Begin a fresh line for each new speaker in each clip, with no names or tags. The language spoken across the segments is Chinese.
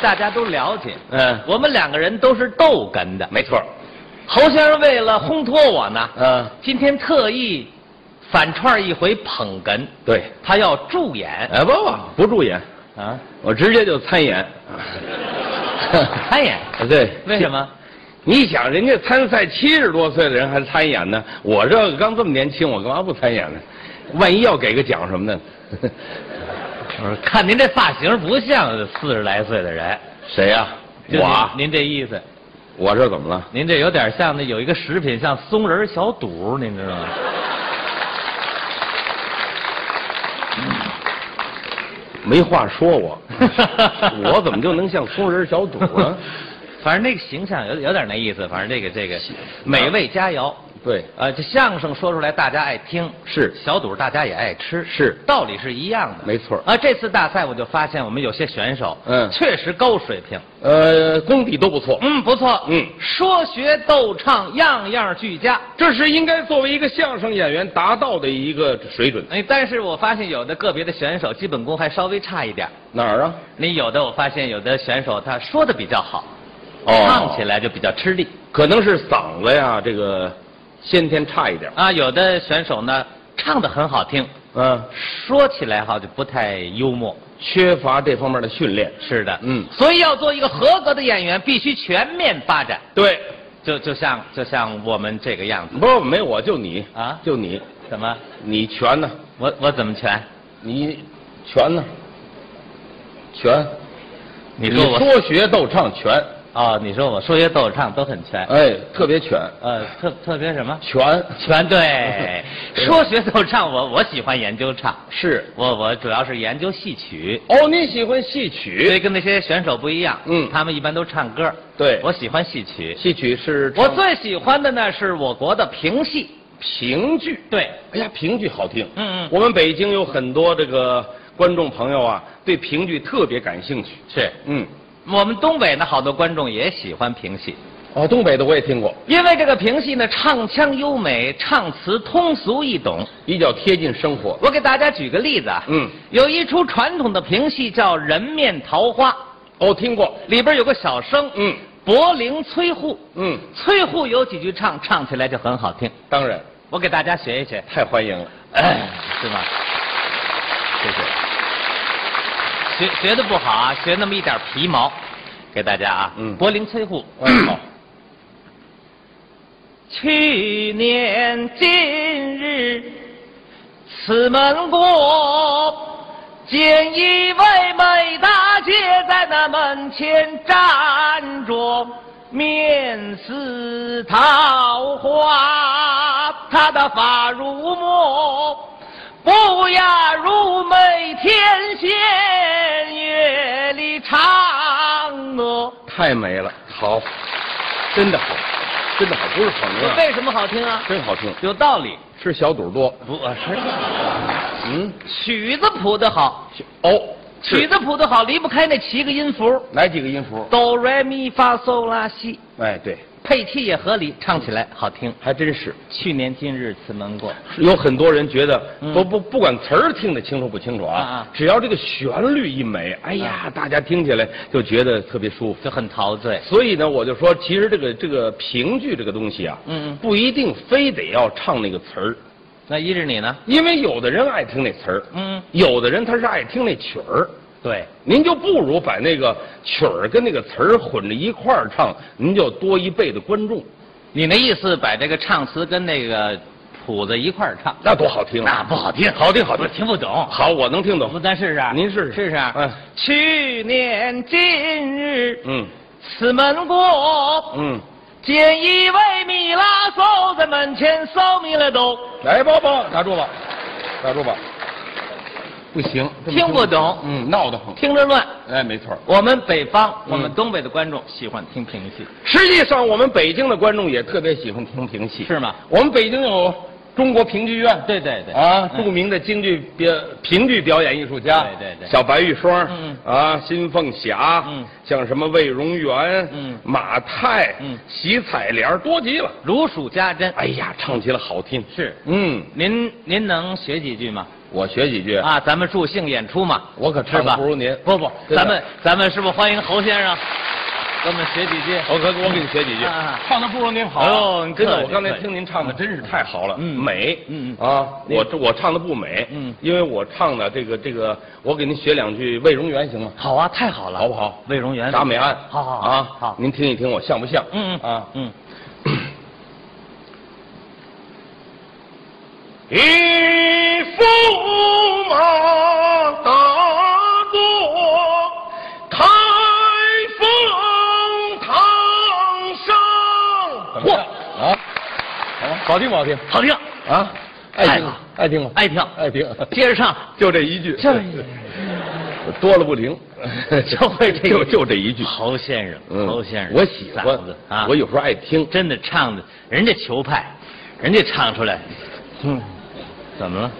大家都了解。
嗯
我们两个人都是逗哏的。
没错儿，
侯先生为了烘托我呢，
嗯，
今天特意反串一回捧哏，
对，
他要助演
哎不不不助演，
啊，
我直接就参演。
参 演。
对，
为什么？
你想人家参赛七十多岁的人还参演呢，我这个刚这么年轻，我干嘛不参演呢？万一要给个奖什么的，
我说看您这发型不像四十来岁的人。
谁呀、
就
我
您
啊，
您这意思，
我这怎么了？
您这有点像那有一个食品像松仁小肚，您知道 吗？
没话说我，我怎么就能像松仁小肚
嗯
呢？
反正那个形象有有点那意思，反正这个这个美味佳肴，
对，
呃，这相声说出来大家爱听，
是
小肚大家也爱吃，
是
道理是一样的，
没错
啊，这次大赛我就发现我们有些选手，
嗯
确实高水平，
呃，功底都不错，
嗯，不错，
嗯
说学逗唱样样俱佳，
这是应该作为一个相声演员达到的一个水准。
哎，但是我发现有的个别的选手基本功还稍微差一点儿，
哪儿啊？
你有的我发现有的选手他说的比较好，
哦
唱起来就比较吃力。
可能是嗓子呀，这个先天差一点。
啊，有的选手呢唱的很好听，
嗯，
说起来哈就不太幽默。
缺乏这方面的训练。
是的，
嗯
所以要做一个合格的演员，必须全面发展，
对，
就就像就像我们这个样子。
不没我就你
啊
就你，
怎么？
你全呢？
我我怎么全？
你全呢？全，
你说我
说学逗唱全，
哦，你说我说学逗唱都很全，
哎，特别全，
呃，特特别什么？
全
全 对，
对
说学逗唱，我我喜欢研究唱，
是。
我我主要是研究戏曲，
哦，你喜欢戏
所以
曲？
跟那些选手不一样，
嗯
他们一般都唱歌，
对
我喜欢戏曲，
戏曲是
我
唱
最喜欢的呢是我国的评戏，
评剧。
对，
哎呀，评剧好听。
嗯嗯
我们北京有很多这个观众朋友啊，对评剧特别感兴趣。
是
嗯，
我们东北呢，好多观众也喜欢评戏，
哦，东北的我也听过，
因为这个评戏呢，唱腔优美，唱词通俗易懂。
比较贴近生活。
我给大家举个例子啊，
嗯，
有一出传统的评戏叫《人面桃花》，
哦，听过。
里边有个小生，
嗯
柏林崔护，
嗯，
崔护有几句唱，唱起来就很好听。
当然，
我给大家学一学，
太欢迎了。
哎，是吗？谢谢。学学的不好啊，学那么一点皮毛，给大家啊。
嗯
柏林崔护。
哎，好，
去年今日，此门过，见一位美大姐在那门前站着，面似桃花，她的发如墨，不雅如美，天仙月里啊嫦娥。
太美了。好，真的好，真的好，不是好名啊，
为什么好听啊？
真好听。
有道理。
吃小肚多。
不啊是
嗯，
曲子谱得好，
哦，
曲
是
子谱得好离不开那七个音符，
哪几个音符？
哆来咪发嗦拉西，
哎，对，
配器也合理，唱起来好听。
还真是。
去年今日此门过，
有很多人觉得
嗯
不不不管词儿听得清楚不清楚
啊
啊
啊，
只要这个旋律一美，哎呀，大家听起来就觉得特别舒服。
就很陶醉。
所以呢，我就说，其实这个这个评剧这个东西啊，
嗯嗯
不一定非得要唱那个词儿，
那依着你呢？
因为有的人爱听那词儿，
嗯，
有的人他是爱听那曲儿。
对，
您就不如把那个曲儿跟那个词儿混着一块儿唱，您就多一倍的观众，
你那意思把这个唱词跟那个谱子一块儿唱，
那多好听啊！
不好听，
好听好听
我听不懂。
好，我能听
不，
懂。
咱试试啊，
您试试
试试啊。
嗯
去年今日
嗯
此门过，
嗯，
见一位米拉嗖在门前扫米了都，
来吧吧，打住吧，打住吧，不行，这么
听不懂
嗯，闹得很。
听着乱。
哎，没错儿。
我们北方，
嗯
我们东北的观众喜欢听评戏，
实际上，我们北京的观众也特别喜欢听评戏，
是吗？
我们北京有中国评剧院，
对对对
啊，
嗯
著名的京剧表评剧表演艺术家，
对对对
小白玉霜，
嗯
啊，新凤霞，
嗯
像什么魏荣元，
嗯
马泰，
嗯
席彩莲，多极了。哎
如数家珍。
哎呀，唱起来好听，
是
嗯，
您您能学几句吗？
我学几句，
啊，咱们助兴演出嘛，
我可
是
唱
吧？
不如您。
不不，
真的
咱们咱们是不是欢迎侯先生，跟我们学几句？
我可我给你学几句
啊，
唱的不如您好。
哎呦你
真
客
的，
气
我刚才
客气
听您唱的真是太好了，
嗯
美，
嗯
嗯啊，我这我唱的不美，
嗯
因为我唱的这个这个，我给您学两句《魏如园》行吗？
好啊，太好了，
好不好
魏荣元，
铡美案，
嗯好好好
啊，
好
您听一听我像不像？
嗯嗯
啊，
嗯，
一驸马大漠开封堂上，嚯啊，好听不好听
好听，
啊？
太
爱听
好
爱听吗？
爱听，
爱听，
接着唱，
就这一句，
这
多了不停，
就会这一句
就就这一句。
侯先生，
嗯
侯先生，
我喜欢
嗓子啊，
我有时候爱听。
真的唱的，人家球派，人家唱出来，嗯，怎么了？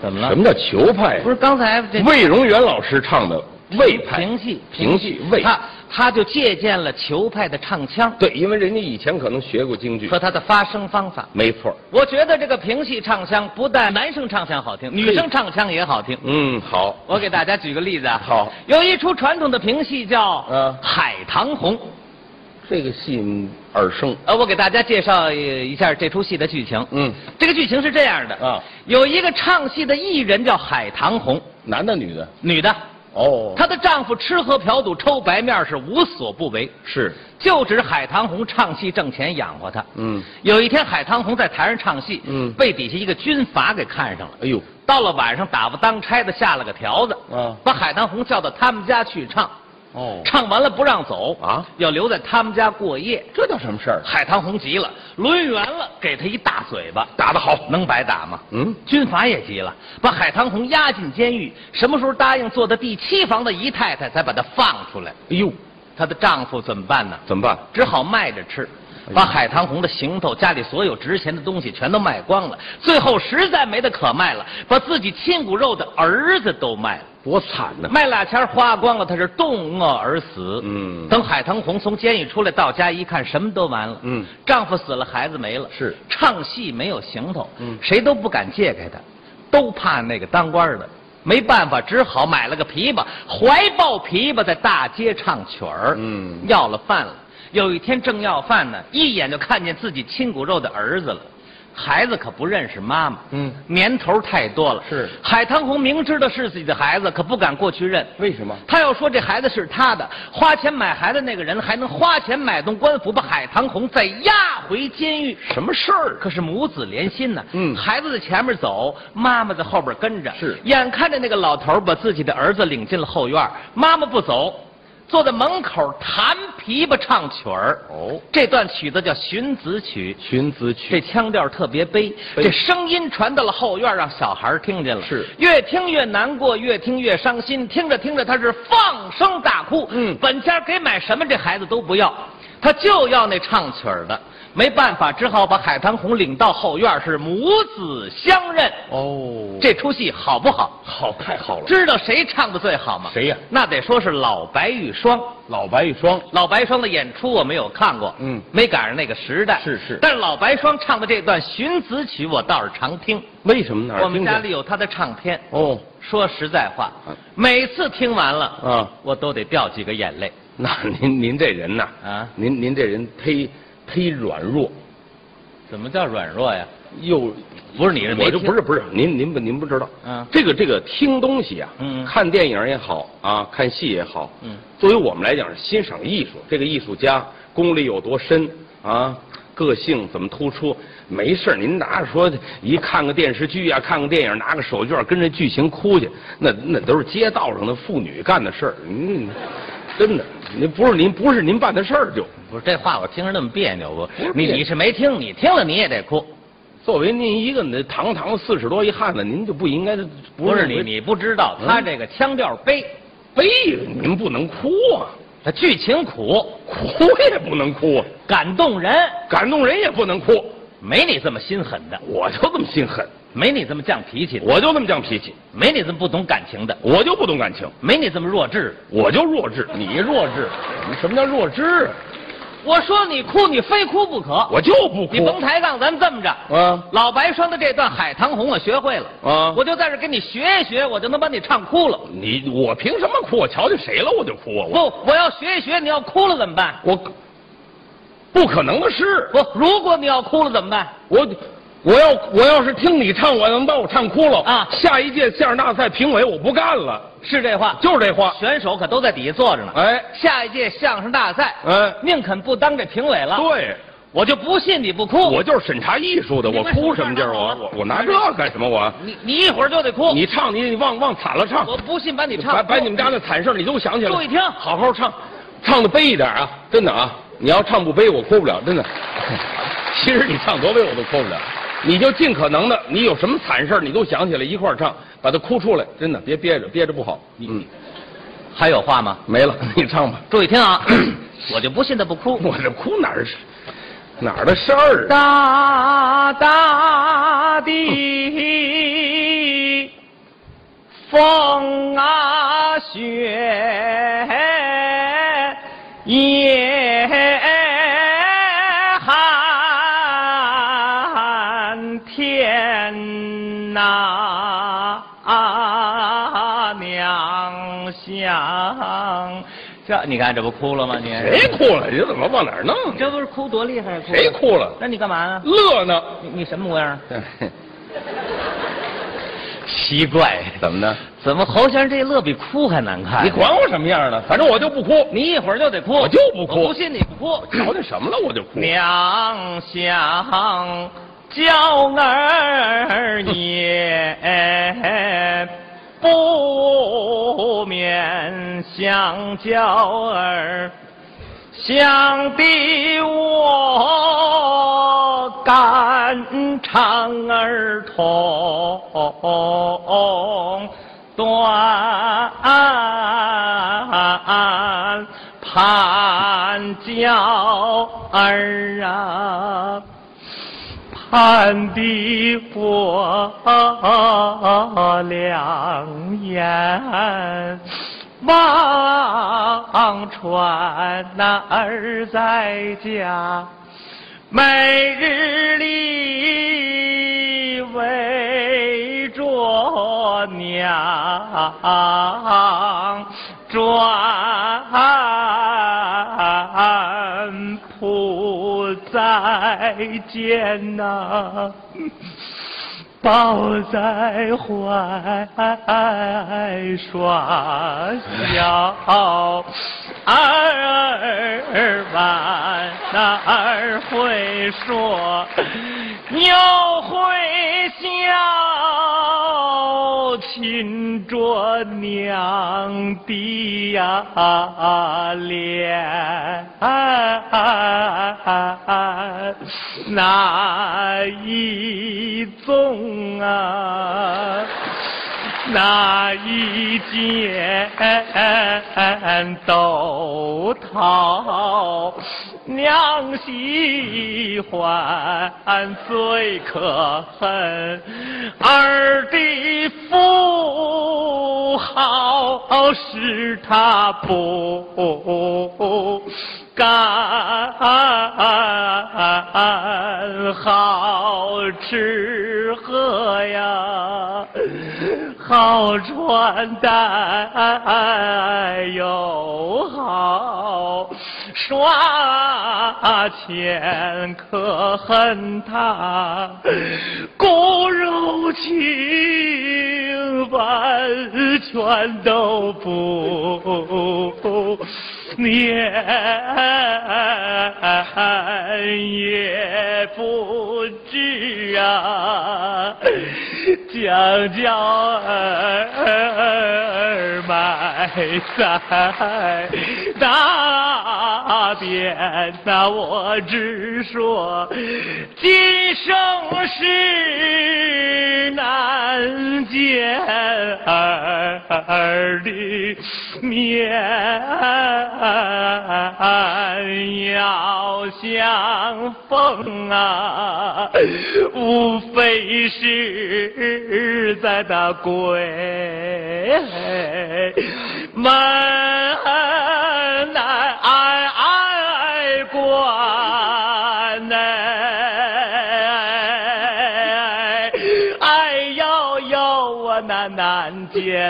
怎么了？
什么叫球派？啊
不是刚才这
魏荣元老师唱的魏派，
评戏，
评戏魏。
他他就借鉴了球派的唱腔
对，因为人家以前可能学过京剧
和，他的发声方法。
没错儿。
我觉得这个评戏唱腔不但男生唱腔好听，女生唱腔也好听。
嗯，好，
我给大家举个例子啊，
好
有一出传统的评戏叫
嗯
《海棠红》，
这个戏耳生，
呃，我给大家介绍一下这出戏的剧情。
嗯，
这个剧情是这样的
啊
有一个唱戏的艺人叫海棠红，
男的女的？
女的，
哦，
她的丈夫吃喝嫖赌抽白面是无所不为，
是，
就指海棠红唱戏挣钱养活她。
嗯，
有一天，海棠红在台上唱戏，
嗯
被底下一个军阀给看上了。
哎呦，
到了晚上，打不当差的下了个条子，
啊
把海棠红叫到他们家去唱，
哦，
唱完了不让走
啊
要留在他们家过夜。
这叫什么事儿？
海棠红急了，抡圆了给他一大嘴巴，
打得好，
能白打吗？
嗯，
军阀也急了，把海棠红押进监狱。什么时候答应做他第七房的姨太太，才把她放出来？
哎呦，
她的丈夫怎么办呢？
怎么办？
只好卖着吃，把海棠红的行头、家里所有值钱的东西全都卖光了，最后实在没得可卖了，把自己亲骨肉的儿子都卖了，
多惨呐！
卖俩钱儿花光了，他是冻饿而死。
嗯
等海棠红从监狱出来到家一看，什么都完了。
嗯
丈夫死了，孩子没了，
是
唱戏没有行头，
嗯
谁都不敢借给他，都怕那个当官的。没办法，只好买了个琵琶，怀抱琵琶在大街唱曲儿。
嗯
要了饭了。有一天正要饭呢，一眼就看见自己亲骨肉的儿子了。孩子可不认识妈妈，
嗯
年头太多了。
是
海棠红明知道是自己的孩子，可不敢过去认。
为什么？
他要说这孩子是他的，花钱买孩子那个人还能花钱买动官府，把海棠红再押回监狱。
什么事儿？
可是母子连心呐，
嗯
孩子在前面走，妈妈在后边跟着，
是
眼看着那个老头儿把自己的儿子领进了后院儿，妈妈不走，坐在门口弹琵琶唱曲儿。
哦
这段曲子叫《寻子曲》。
寻子
这
曲，
腔调特别悲，
悲
这声音传到了后院，让小孩儿听见了。
是
越听越难过，越听越伤心。听着听着，他是放声大哭。
嗯
本家给买什么，这孩子都不要，他就要那唱曲儿的。没办法，只好把海棠红领到后院，是母子相认。
哦
这出戏好不好？
好，太好了。
知道谁唱的最好吗？
谁呀
那得说是老白玉霜。
老白玉霜，
老白霜的演出我没有看过，
嗯
没赶上那个时代。
是是
但是老白霜唱的这段《寻子曲》，我倒是常听。
为什么哪儿
我们
听
家
见
里有他的唱片。
哦，
说实在话
啊，
每次听完了，
啊
我都得掉几个眼泪。
那您您这人呐，
啊
您您这人忒忒软弱，
怎么叫软弱呀？
又
不是你是没
我就
听
不是不是，您您不您不知道，
嗯
这个这个听东西啊，
嗯
看电影也好啊，看戏也好，
嗯，
作为我们来讲是欣赏艺术，这个艺术家功力有多深啊，个性怎么突出，没事儿您拿着说一看个电视剧啊，看个电影，拿个手绢跟着剧情哭去，那那都是街道上的妇女干的事儿，嗯，真的，您不是您不是您办的事儿就。
不是这话我听着那么别扭，我
不是
你
别扭
你是没听，你听了你也得哭。
作为您一个那堂堂四十多一汉子，您就不应该
不是
认
你
为
你不知道，他
嗯
这个腔调悲，
背着哎您不能哭啊，
他剧情苦，
哭也不能哭啊，
感动人，
感动人也不能哭。
没你这么心狠的，
我就这么心狠，
没你这么犟脾气的。
我就这么犟脾气，
没你这么不懂感情的，
我就不懂感情，
没你这么弱智的。
我就弱智。你弱智，什么叫弱智？啊
我说你哭，你非哭不可。
我就不
你
哭
甭。抬杠，咱这么着。
啊
老白说的这段《海棠红》我学会了，
啊
我就在这儿跟你学一学，我就能把你唱哭了。
你我凭什么哭？我瞧见谁了我就哭啊！我
不，我要学一学，你要哭了怎么办？
我不可能的事。
不，如果你要哭了怎么办？
我我要我要是听你唱，我能把我唱哭了
啊
下一届相声大赛评委我不干了，
是这话，
就是这话。
选手可都在底下坐着呢。
哎
下一届相声大赛，
哎，
宁肯不当这评委了。
对，
我就不信你不哭。
我就是审查艺术的，
你
我
把
哭
手
什么劲儿？
拿
我
好
我
了
我拿这个干什么？我
你你一会儿就得哭。
你唱你你往往惨了唱，
我不信把你唱哭。
把把你们家那惨事儿你都想起来。
注意听
好好唱，唱的悲一点啊！真的啊，你要唱不悲，我哭不了，真的。 其实你唱多悲我都哭不了，你就尽可能的，你有什么惨事儿你都想起来一块儿唱，把它哭出来，真的，别憋着，憋着不好。嗯，
还有话吗？
没了， 你唱吧。
注意听啊， 我就不信他不哭。
我这哭哪儿是哪儿的事儿
大
啊？
大的风啊，雪也寒天呐、娘想这你看这不哭了吗？你
谁哭了？你怎么往哪儿弄？啊
这不是哭多厉害？哭
谁哭了？
那你干嘛呢？啊
乐呢？
你你什么模样？
奇怪， 怎么呢？
怎么侯先生这乐比哭还难看？
你管我什么样呢？反正我就不哭。
你一会儿就得哭，
我就不哭
我不信你不哭。
瞧见什么了我就哭。
娘想教儿也不免想教儿，想的我肝肠儿痛断。盼娇儿啊，盼的我两眼望穿那儿在家，每日里围着娘转，不再见呐、抱在怀，耍笑儿晚儿会说，又会笑，亲着娘的呀脸。哪一宗啊？哪一间都讨娘喜欢，最可恨儿的富豪是他不干好吃喝呀。好穿戴又好耍钱，可恨他骨肉情完全都不念，也不知啊。将娇儿埋在那边，那我只说今生是难见儿的面，要相逢啊，无非是在那鬼门难挨过。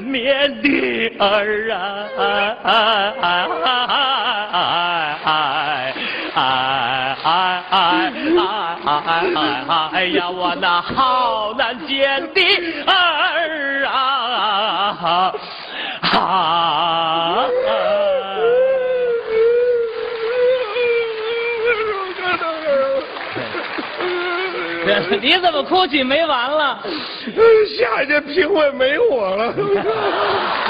绵的儿啊！哎哎哎哎哎哎哎哎哎哎哎呀！我那好难见的儿啊！啊！
你怎么哭泣没完了？
下去评委没我了。